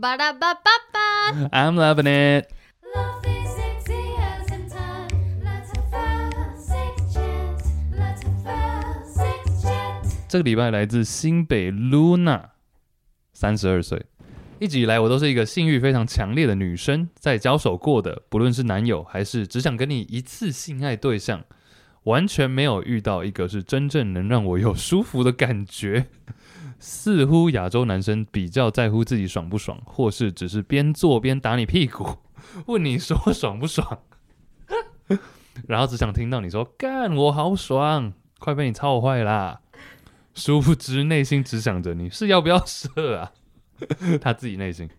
巴拉巴巴巴。 I'm loving it. Love is sexy as in time. Let's have a sex chat. Let's have a sex chat. 这个礼拜来自新北 Luna，三十二岁。一直以来，我都是一个性欲非常强烈的女生，在交手过的，不论是男友还是只想跟你一次性爱对象，完全没有遇到一个是真正能让我有舒服的感觉。似乎亚洲男生比较在乎自己爽不爽，或是只是边做边打你屁股， 问你说爽不爽， 然后只想听到你说“干我好爽”，快被你操坏啦！殊不知内心只想着你是要不要射啊，他自己内心。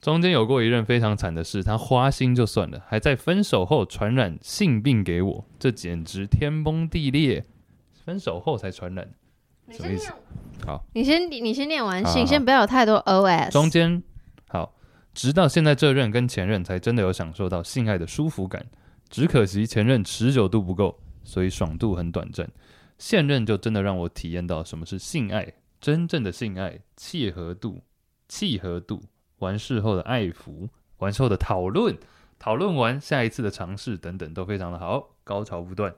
中间有过一任非常惨的事，他花心就算了，还在分手后传染性病给我，这简直天崩地裂。分手后才传染，你什么意思？好，你先你先念完好信，好先不要有太多 OS。中间好，直到现在这任跟前任才真的有享受到性爱的舒服感，只可惜前任持久度不够，所以爽度很短暂。现任就真的让我体验到什么是性爱，真正的性爱契合度、契合度，完事后的爱抚，完事后的讨论，讨论完下一次的尝试等等都非常的好，高潮不断。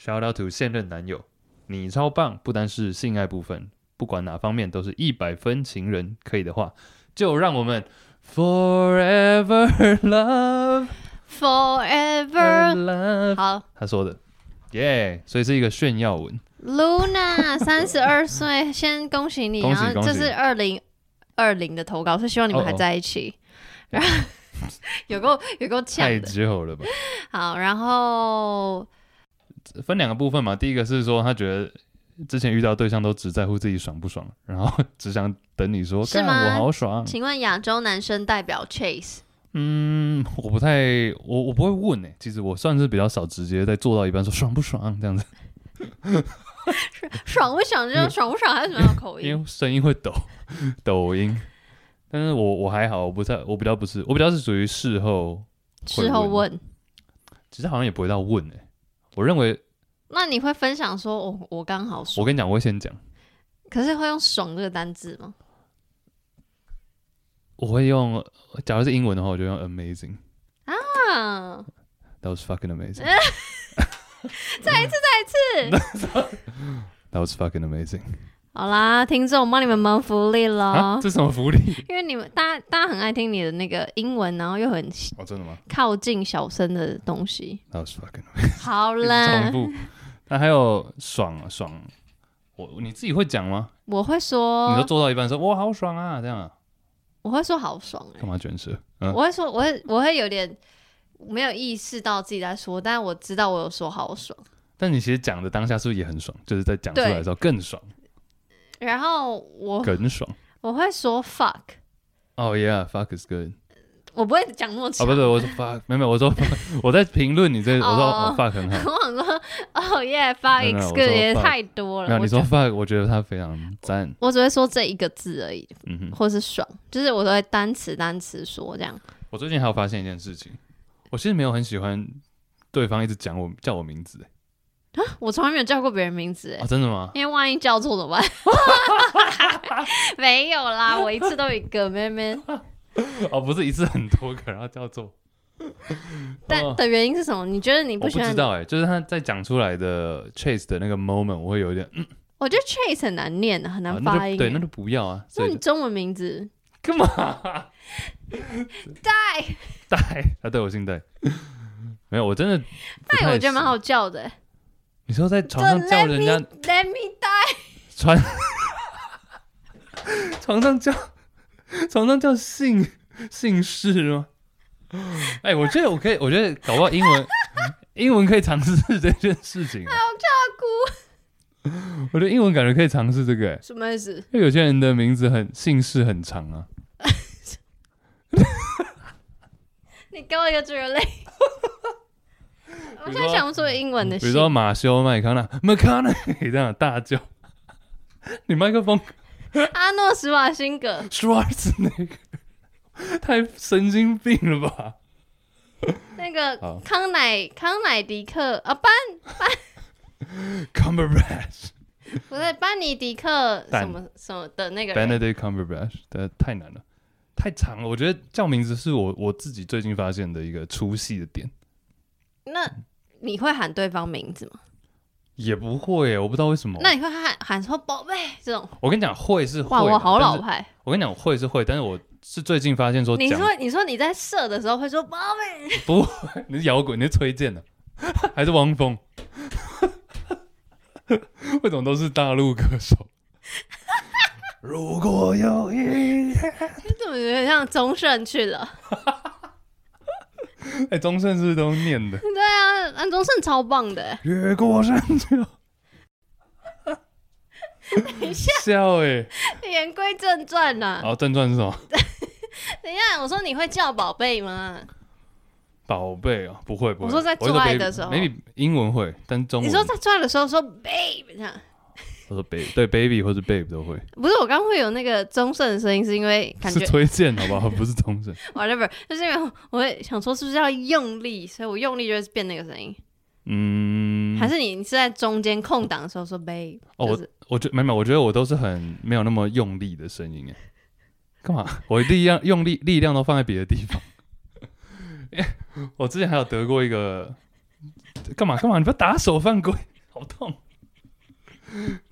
Shout out to 现任男友，你超棒！不单是性爱部分，不管哪方面都是一百分情人。可以的话，就让我们 forever love Forever love。好他说的，耶、所以是一个炫耀文。 ，Luna 三十二岁，先恭喜你。恭然喜后恭这喜是二零二零的投稿，是希望你们哦还哦在一起。然后 有够有够太呛的。久了吧？好，然后分两个部分嘛。第一个是说，他觉得之前遇到对象都只在乎自己爽不爽，然后只想等你说，是干吗我好爽。请问亚洲男生代表 Chase，嗯，我不太，我我不会问诶、其实我算是比较少直接在做到一半说爽不爽这样子，爽不爽就爽不爽，还有什么口音嗯因？为声音会抖，抖音。但是我我还好，我不太，我比较不是，我比较是属于事后，会事后问问。其实好像也不会到问诶、我认为，那你会分享说我我刚好爽，我跟你讲，我会先讲，可是会用“爽”这个单字吗？我会用，假如是英文的话，我就用 amazing。啊， That was fucking amazing. 再一次，再一次。That was fucking amazing. 好啦，听众，我帮你们谋福利喽、啊，这什么福利？因为你们大家大家很爱听你的那个英文，然后又很哦，真的吗靠近小声的东西。 ？That was fucking 好 amazing. 重啦，复。那还有爽啊爽，我你自己会讲吗？我会你都说，做到一半说哇好爽啊，这样啊，我会说好爽哎、干嘛卷舌？嗯，我会说，我会我会有点没有意识到自己在说，但我知道我有说好爽。但你其实讲的当下是不是也很爽？就是在讲出来的时候更爽，然后我更爽。我会说 fuck，哦、yeah，fuck is good。我不会讲那么哦，长。不对，我说 fuck，没有没有，我 说我在评论你这，我说哦哦 fuck 很好。我想说，哦耶，fuck 没有没有我 is 说 good 也 fuck 太多没了。有，我你说只 fuck，我觉得他非常赞。我只会说这一个字而已，嗯哼。或是爽，就是我都会单词单词说这样。我最近还有发现一件事情，我其实没有很喜欢对方一直讲我叫我名字、欸我从来没有叫过别人名字，哎、啊，真的 吗？因为万一叫错怎么办？ 没有啦，我一次都一个妹妹。哦，不是一次很多个，然后叫做，但哦的原因是什么？你觉得你我不喜欢？知道哎、就是他在讲出来的 chase 的那个 moment，我会有一点嗯我觉得 Chase 很难念，很啊难那发就音。欸对，那就不要啊，所那以你就中文名字干 嘛？戴戴啊，对我姓戴，没有，我真的不戴，太哎我觉得蛮喜。好叫的。你说在床上叫人家 Let me 床，床上叫床上叫姓姓氏吗？哎、我觉得我可以，我觉得搞不好英文英文可以尝试这件事情、啊。哭，我觉得英文感觉可以尝试这个、哎什么意思？因为有些人的名字很姓氏很长啊。你给我一个这个类。 我现在想不出英文的比姓。如说马修麦康纳 McConaughey 这样大叫，你麦克风阿诺·施瓦辛格， Schwarzenegger 太神经病了吧？那个好康乃康乃迪克啊，班 Cumberbatch 不对，班尼迪克蛋什么什么的那个人 Benedict Cumberbatch，这太难了。太长了。我觉得叫名字是我我自己最近发现的一个出戏的点，那你会喊对方名字吗？也不会耶、我不知道为什么。那你会喊喊说“宝贝”这种？我跟你讲，会是会哇，啊，我好但老是派。我跟你讲，会是会，但是我是最近发现说你讲，说你说你在射的时候会说“宝贝你是摇滚，你是崔健的、还是汪峰？ 为什么都是大陆歌手？ 如果有一天，”，你怎么有点像中盛去了？ 哎、钟盛是不是都念的？对啊，安中盛超棒的欸，越过山丘。笑哎、欸！言归正传啦、好，正传是什么？等一下，我说你会叫宝贝吗？宝贝啊，不会不会。我说在会做爱 baby，的时候，maybe 英文会，但中文你说在转的时候说 “babe” 这样，我说 baby 对 baby 或是 babe 都会，不是我刚会有那个中盛的声音，是因为感是觉崔健好不好？不是钟盛。 whatever，就是因为我会想说是不是要用力，所以我用力就是变那个声音。嗯，还是你你是在中间空档的时候说 “babe”？哦就是我觉得没有没有，我觉得我都是很没有那么用力的声音哎，干嘛？我力量用力力量都放在别的地方。哎我之前还有得过一个，干嘛干嘛？你不要打手犯规，好痛！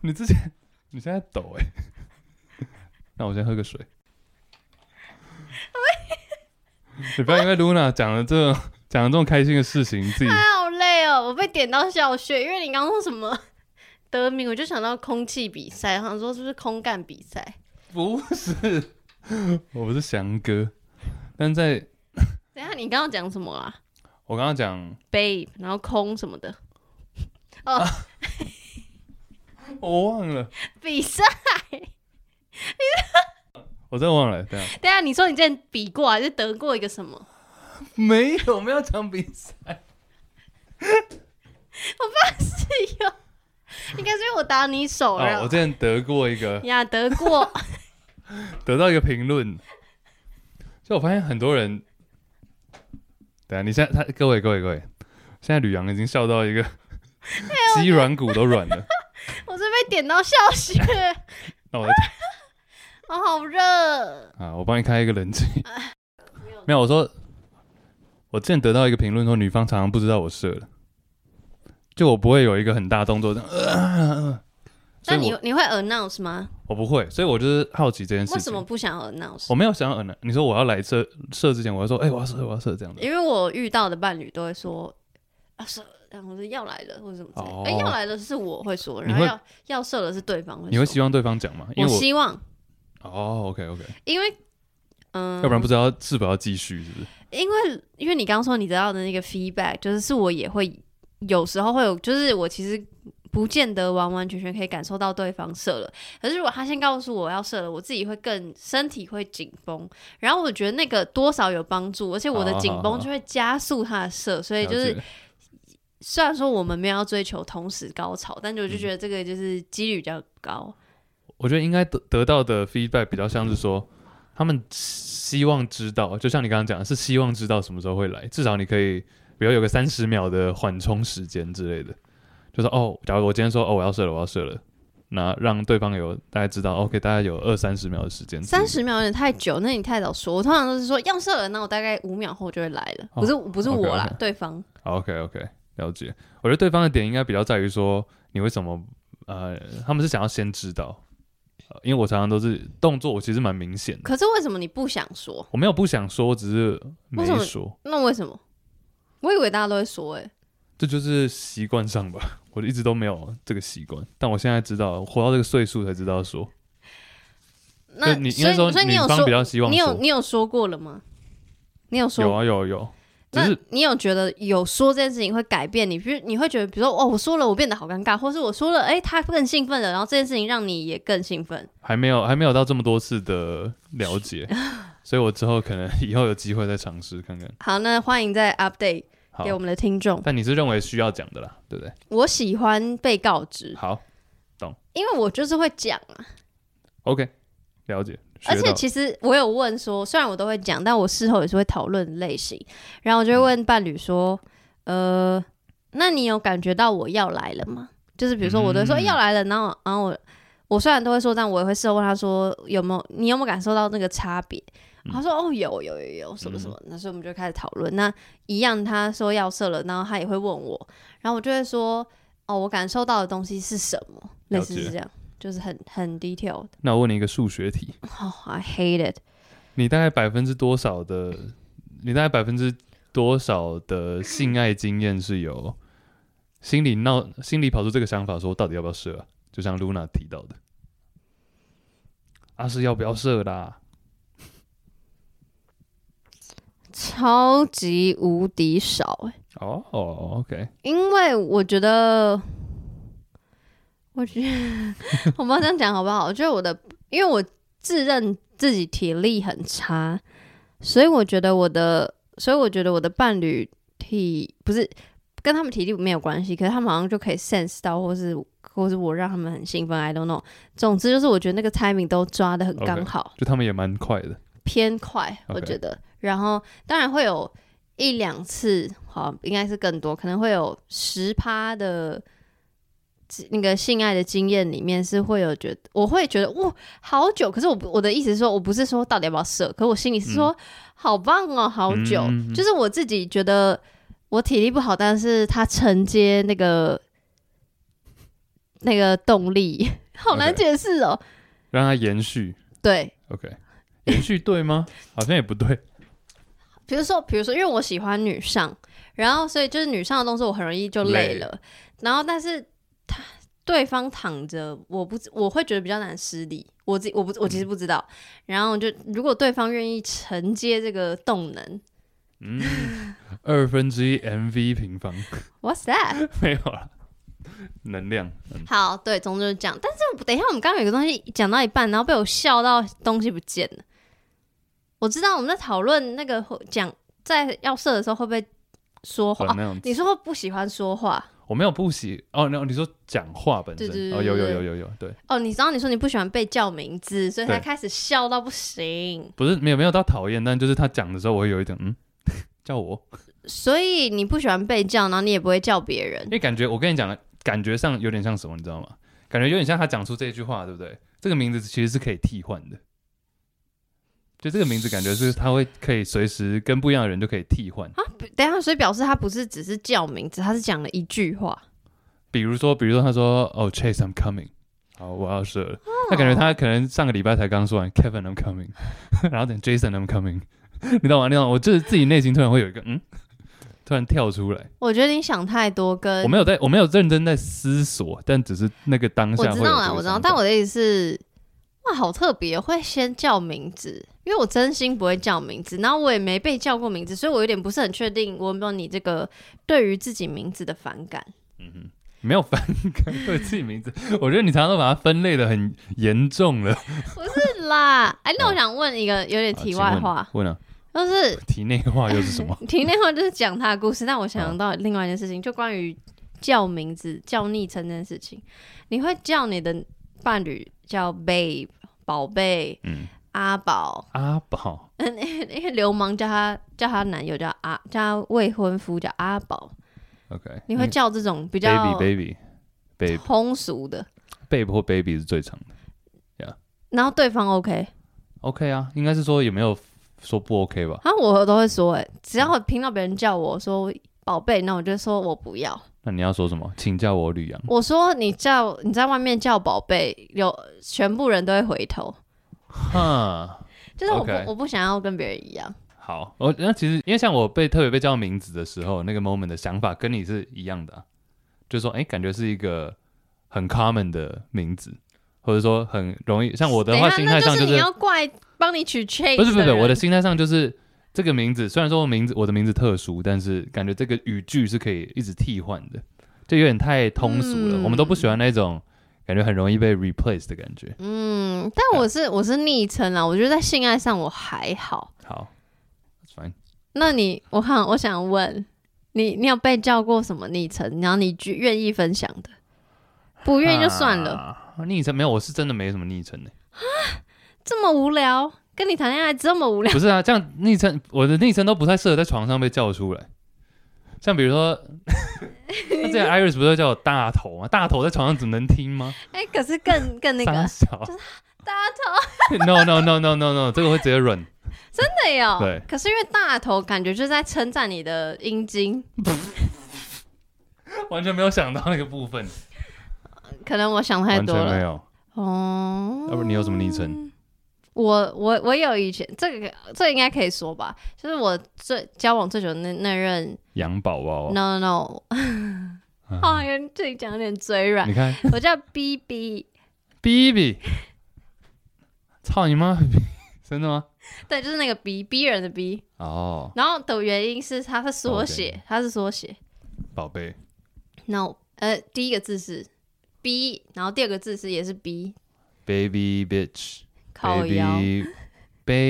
你之前你现在抖哎，那我先喝个水。你不要因为 Luna 讲了这讲了这种开心的事情，自己啊，好累哦，我被点到笑穴，因为你刚刚说什么得名，我就想到空气比赛，好像说是不是空干比赛？不是， 我是翔哥，但在等一下你刚刚讲什么啦我刚刚讲， ？“babe”，然后空什么的哦啊哦我忘了，比赛？我真的忘了，啊这样等一下你说你之前比过还是得过一个什么？ 没有，我们要讲比赛，是有，应该是因为我打你手哦，了。我之前得过一 个，呀，得过， 得到一个评论，就我发现很多人，等一下你现在他各位各位各位，现在吕阳已经笑到一个肌软骨都软 了，我是被点到笑穴，那我来我好热。啊，我帮你开一个冷气。 没有，我说，我之前得到一个评论说，女方常常不知道我射了，就我不会有一个很大动作这样。呃呃所那以你我你会 announce 吗？我不会，所以我就是好奇这件事情。为什么不想 announce？我没有想要嗯，你说我要来射射之前，我要说，哎、我要射，我要射这样的。因为我遇到的伴侣都会说啊射，然后我说要来了或者什么之类的。哦哎、要来了是我会说，你然会后要要射了是对方会说。你会希望对方讲吗？因我为希望，我哦，OK OK，、因为嗯，要不然不知道是否要继续，是不是？因为因为你刚刚说你得到的那个 feedback，就是是我也会有时候会有，就是我其实。不见得完完全全可以感受到对方射了，可是如果他先告诉我要射了，我自己会更身体会紧绷，然后我觉得那个多少有帮助，而且我的好好紧好绷就会加速他的射，所以就是哦了解虽然说我们没有要追求同时高潮，但是我就觉得这个就是几率比较高。我觉得应该得得到的 feedback 比较像是说，他们希望知道，就像你刚刚讲的，是希望知道什么时候会来，至少你可以，比如有个三十秒的缓冲时间之类的，就是哦，假如我今天说哦我要射了，我要射了，那让对方有大家知道，OK，大概有二三十秒的时间，三十、秒有点太久，那你太早说。我通常都是说要射了，那我大概五秒后就会来了，哦不是不是我啦 OK，OK 对方。 ，OK OK，了解。我觉得对方的点应该比较在于说，你为什么呃，他们是想要先知道，呃因为我常常都是动作，我其实蛮明显的，可是为什么你不想说？我没有不想说，我只是没为什么说。那为什么？我以为大家都会说、欸，这就是习惯上吧，我一直都没有这个习惯，但我现在知道，活到这个岁数才知道说，那就你应所该以说所以你女有方说比较希望你有说你有说过了吗？你有说有啊有有，只那是你有觉得有说这件事情会改变你？比如你会觉得，比如说哦，我说了我变得好尴尬，或是我说了，哎、他更兴奋了，然后这件事情让你也更兴奋。还没有还没有到这么多次的了解，所以我之后可能 以后有机会再尝试看看。好，那欢迎再 update 好给，我们的听众。但你是认为需要讲的啦，对不对？我喜欢被告知，好因为我就是会讲啊。 ，OK，了解，学而到且其实我有问说，虽然我都会讲，但我事后也是会讨论类型。然后我就嗯会问伴侣说，呃，那你有感觉到我要来了吗？就是比如说，我都会说、嗯欸要来了，然后然后我我虽然都会说，但我也会事后问他说有没有你有没有感受到那个差别？嗯他说哦有有有有什么什么，那所以我们就开始讨论。那一样他说要射了，然后他也会问我，然后我就会说哦我感受到的东西是什么，类似了解是这样，就是很很 detailed。那我问你一个数学题，哦、i hate it。你大概百分之多少的？你大概百分之多少的性爱经验是有心里闹、心里跑出这个想法，说到底要不要射、啊？就像 Luna 提到的，啊是要不要射啦？超级无敌少哎、哦哦，OK，因为我觉得，我觉得 我不知道这样讲好不好？我觉得我的，因为我自认自己体力很差，所以我觉得我的，所以我觉得我的伴侣体不是跟他们体力没有关系，可是他们好像就可以 sense 到，或是或是我让他们很兴奋，I don't know。总之就是我觉得那个 timing 都抓的很 OK 刚好。就他们也蛮快的。偏快，我 OK 觉得。然后当然会有一两次，好，应该是更多，可能会有十趴的那个性爱的经验里面是会有觉得，我会觉得哇，好久。可是我不我的意思是说，我不是说到底要不要射，可我心里是说、好棒哦，好久。嗯嗯嗯嗯就是我自己觉得我体力不好，但是他承接那个那个动力，好难 OK 解释哦。让它延续。对， OK，延续对吗？好像也不对。比如说，比如说，因为我喜欢女上，然后所以就是女上的动作我很容易就累了，然后但是他对方躺着，我不知我会觉得比较难施力，我自己我不我其实不知道，然后就如果对方愿意承接这个动能嗯，二分之一 MV 平方，What's that？ 没有啦，能量。嗯好，对，总之就是这样。但是等一下我们刚刚有个东西讲到一半，然后被我笑到东西不见了。我知道我们在讨论那个讲在要射的时候会不会说好话，了，哦那样子。你说会不喜欢说话。我没有不喜哦，那你说讲话本身对对对哦，有有对有有有，对，哦，你知道你说你不喜欢被叫名字，所以他对开始笑到不行，不是没有没有到讨厌，但就是他讲的时候，我会有一点嗯， 叫我，所以你不喜欢被叫，然后你也不会叫别人因。为感觉我跟你讲，感觉上有点像什么，你知道吗？感觉有点像他讲出这句话，对不对？这个名字其实是可以替换的，就这个名字感觉是他会可以随时跟不一样的人就可以替换，等一下，所以表示他不是只是叫名字，他是讲了一句话。比如说比如说他说哦，Chase，I'm coming，好，我要射哦了。他感觉他可能上个礼拜才刚说完 Kevin，I'm coming，然后 等 Jason，I'm coming，你 懂吗？你懂吗？我就是自己内心突然会有一个嗯，突然跳出来。我觉得你想太多跟，我没有在，我没有认真在思索，但只是那个当下我会有知道这啦，个我知想道，法但我的意思是，哇，好特别，会先叫名字，因为我真心不会叫名字，然后我也没被叫过名字，所以我有点不是很确定我有没有你这个对于自己名字的反感。 嗯哼没有反感对自己名字，我觉得你常常都把它分类的很严重了。是啦，哎，那我想问一个有点题外啊话，请问问啊，就是？题内话又是什么 听那会儿就是讲他的故事，但我想到另外一件事情，就关于叫名字、叫昵称这件事情。你会叫你的伴侣叫 babe、宝贝、嗯，阿宝，阿宝，因为流氓叫他叫他男友叫阿，叫他未婚夫叫阿宝。 OK，你会叫这种比较 baby baby baby 通俗的， baby 或 baby 是最长的。然后对方 OK OK 啊，应该是说有没有说不 OK 吧？啊，我都会说、哎，只要我听到别人叫我说宝贝，那我就说我不要。那你要说什么？请叫我吕阳。我说你叫你在外面叫宝贝，有全部人都会回头，哈，就是我不 OK 我不想要跟别人一样， 好，我那其实因为像我被特别被叫名字的时候，那个 moment 的想法跟你是一样的、啊，就是说，哎、感觉是一个很 common 的名字，或者说很容易，像我的话，等心一下态上那就是你要怪帮你取 chase，不是不是不是，人我的心态上就是这个名字，虽然说我名字我的名字特殊，但是感觉这个语句是可以一直替换的，就有点太通俗了，嗯我们都不喜欢那种感觉很容易被 replace 的感觉。嗯，但我是我是昵称啦，我觉得在性爱上我还好。好，that's fine。那你我看我想问你，你有被叫过什么昵称？然后你举愿意分享的，不愿意就算了，啊昵称没有，我是真的没什么昵称的。 这么无聊，跟你谈恋爱这么 无聊，不是啊，这样昵称我的昵称都不太适合在床上被叫出来。像比如说， 那之 前 Iris 不是叫我大头吗？大头在床上怎么能听吗？ 哎、可是更更那傻个。小，大头 no no no no no no，这个会直接软。真的哟。对可是因为大头感觉就是在称赞你的阴茎，完全没有想到那个部分，可能我想太完多全没了。有。哦，要不你有什么昵称？我我我有以前这个这应该可以说吧，就是我最交往最久的那那任羊宝宝、啊， ，no no no， 嗯好像自己讲有点嘴软 你，看我叫 B B， B B，操你妈！真的吗？对，就是那个 B B 人的 B，哦，然后的原因是它是缩写 OK，它是缩写宝贝， ，no，呃，第一个字是 B，然后第二个字是也是 B， baby bitch，靠腰 baby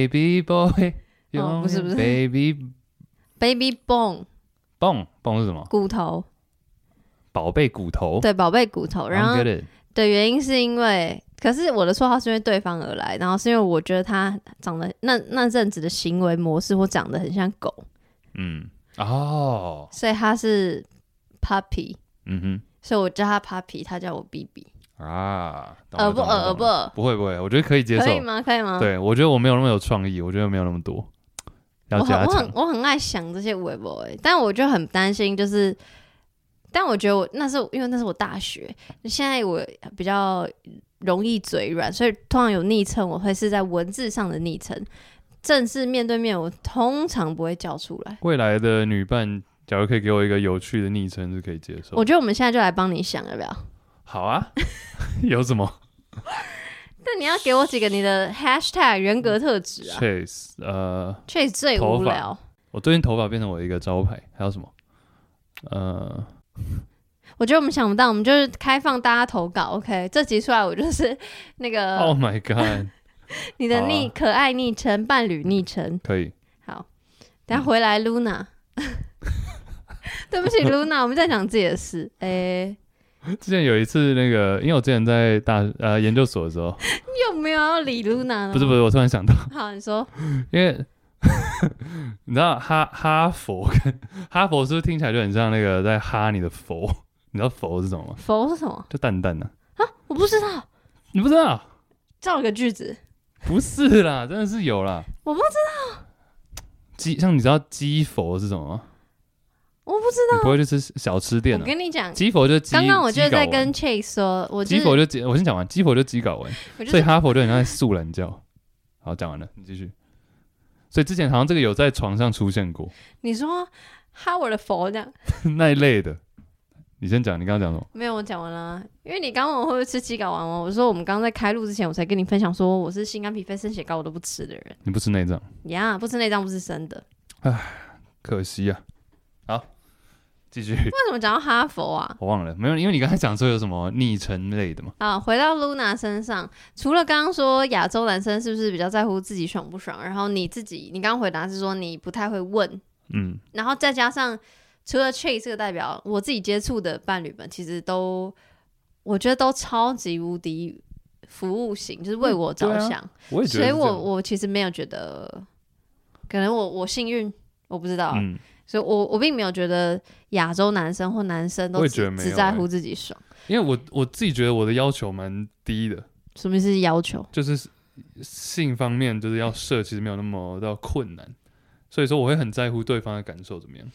baby boy，哦不是不是，baby ，Baby Bone 蹦蹦是什么？骨头，宝贝骨头。对，宝贝骨头，然 I 后 don't get it，的原因是因为，可是我的绰号是因为对方而来，然后是因为我觉得他长得那那阵子的行为模式，或长得很像狗，嗯，哦，所以他是 puppy，嗯所以我叫他 puppy，他叫我 BB，哼，啊，懂了耳不懂了耳耳懂不了耳，不会不会，我觉得可以接可以受。吗？可以吗？，对，我觉得我没有那么有创意，我觉得没有那么多，要我很加我强很。我很爱想这些微博，欸但我就很担心，就是。但我觉得我那是因为那是我大学，现在我比较容易嘴软，所以通常有昵称我会是在文字上的昵称，正式面对面我通常不会叫出来。未来的女伴，假如可以给我一个有趣的昵称，是可以接受我。觉得我们现在就来帮你想，要不要？好啊， 有什么但你要给我几个你的 hashtag 人格特质啊， ？Chase，呃，这最嗯头无发聊。我最近头发变成我一个招牌，还有什么？呃，我觉得我们想不到，我们就是开放大家投稿，OK？这集出来我就是那个、 o h Oh my god，你的好啊昵、可爱昵称、伴侣昵称。可以，好，等下回来 Luna。对不起，Luna，我们在讲自己的事。哎、之前有一次，那个，因为我之前在大呃研究所的时候，你有没有要理 Luna 呢？不是不是，我突然想到， 好，你说因为 你知道哈哈佛跟哈佛是不是听起来就很像那个在哈你的佛？ 你知道佛是什么吗？佛是什么？就蛋啊蛋呐、我不知道，你不知道？造了个句子。不是啦，真的是有啦。我不知道。鸡像你知道鸡佛是什么吗？我不知你不会去吃小吃店啊我的、跟你讲，啊鸡佛就是鸡刚刚我就是在鸡睾丸跟 Chase 说，我就鸡是佛就鸡，我先讲完，鸡佛就鸡睾丸，我就所以是哈佛就很像在素懒觉。好，讲完了，你继续。所以之前好像这个有在床上出现过 你说哈我的佛这样，那一类的。你先讲，你刚刚讲什么？没有我讲完了啊，因为你刚问我会不会吃鸡睾丸哦，我说我们刚刚在开录之前，我才跟你分享说我是心肝脾肺肾血高我都不吃的人你不吃内脏，呀不吃内脏不吃生的。可惜啊。好，继续。 为什么讲到哈佛啊？我忘了，没有，因为你刚才讲说有什么昵称类的嘛。啊，回到 Luna 身上，除了刚刚说亚洲男生是不是比较在乎自己爽不爽，然后你自己，你刚刚回答是说你不太会问，嗯，然后再加上除了 Chase 这个代表，我自己接触的伴侣们其实都，我觉得都超级无敌服务型，就是为我着嗯对啊想。我也觉所得是以这样。我我其实没有觉得，可能我我幸运，我不知道啊、嗯，所以我我并没有觉得亚洲男生或男生我都也只,、觉得没有只在欸乎自己爽，因为我我自己觉得我的要求蛮低的，什么是要求？就是性方面就是要射，其实没有那么到困难，所以说我会很在乎对方的感受怎么样。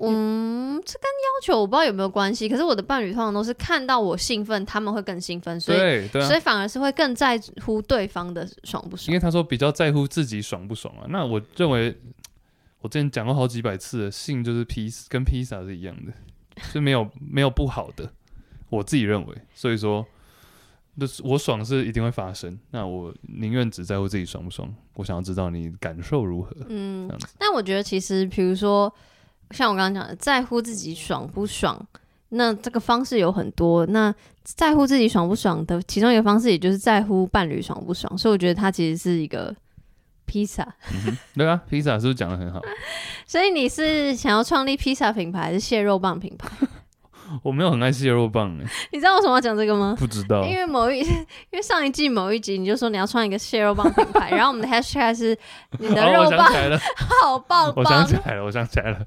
嗯，这跟要求我不知道有没有关系。可是我的伴侣通常都是看到我兴奋，他们会更兴奋，所以、对对所啊，以反而是会更在乎对方的爽不因爽为。他说比较在乎自己爽不爽啊，那我认为我之前讲过好几百次了，性就是披跟披萨是一样的，是没有没有不好的，我自己认为，所以说。就是我爽是一定会发生，那我宁愿只在乎自己爽不爽，我想要知道你感受如何。嗯这样子，但我觉得其实，比如说像我刚刚讲的，在乎自己爽不爽，那这个方式有很多。那在乎自己爽不爽的其中一个方式，也就是在乎伴侣爽不爽。所以我觉得它其实是一个披萨。对啊，披萨是不是讲的很好？所以你是想要创立披萨品牌，还是蟹肉棒品牌？ 我没有很爱吃蟹肉棒诶、你知道为什么要讲这个吗？不知道。因为某一， 因为上一季某一集你就说你要创一个蟹肉棒品牌，然后我们的 hashtag 是你的哦，肉我想棒起来了，好棒我想棒起，来了，我想起来了。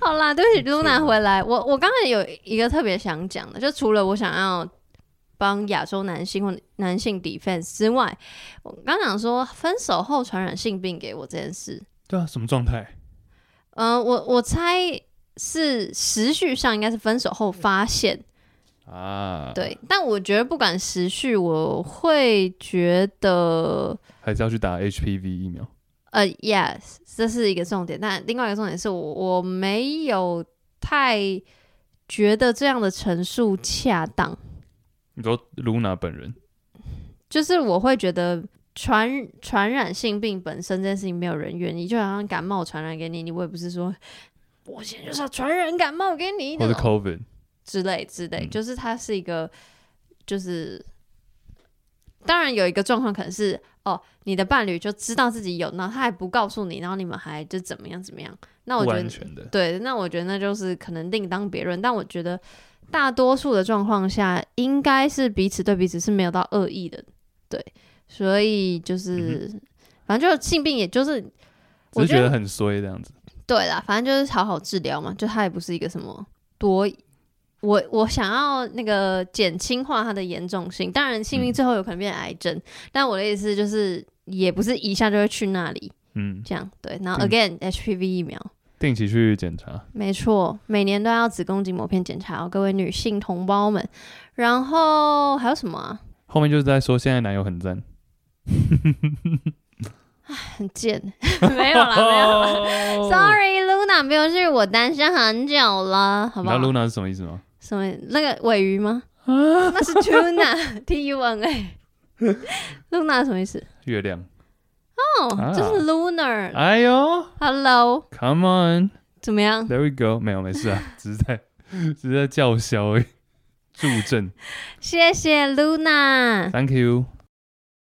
好啦，对不起是，Luna 回来，我我刚才有一个特别想讲的，就除了我想要帮亚洲男性或男性 defense 之外，我刚讲说分手后传染性病给我这件事，对啊，什么状态？嗯、我我猜是时序上应该是分手后发现，啊，，对，但我觉得不管时序，我会觉得还是要去打 HPV 疫苗。呃，yes，这是一个重点，但另外一个重点是我我没有太觉得这样的陈述恰当，你说 Luna 本人，就是我会觉得传传染性病本身这件事情没有人愿意，就好像感冒传染给你，你我也不是说我现在就是要传染感冒给你或那是种 COVID，之类之类，嗯就是它是一个，就是当然有一个状况可能是哦，你的伴侣就知道自己有，然后他还不告诉你，然后你们还就怎么样怎么样，那我不觉得安全的。对，那我觉得那就是可能另当别论，但我觉得大多数的状况下，应该是彼此对彼此是没有到恶意的，对，所以嗯就是、反正就是性病，也就是只我是觉觉得得很衰这样子。对啦，反正就是好好治疗嘛，就它也不是一个什么多，我我想要那个减轻化它的严重性。当然，性病嗯最后有可能变癌症，但我的意思就是，也不是一下就会去那里嗯，这样。对，然后嗯 again、HPV 疫苗，定期去检查。没错，每年都要子宫颈膜片检查哦，各位女性同胞们。然后还有什么啊？后面就是在说现在男友很赞，很 贱， 没有啦，没有啦。有 Sorry Luna，没有，是我单身很久了，好你不知好道？Luna 啊是什么意思吗？什么那个尾鱼吗？那是 tuna T U N A。Luna 什么意思？月亮。哦、啊就是 lunar。哎呦 Hello， ，Come on，There 怎么样？ we go。没有，没事啊，只是在只是在叫嚣而已。助阵谢谢 Luna。 ，Thank you。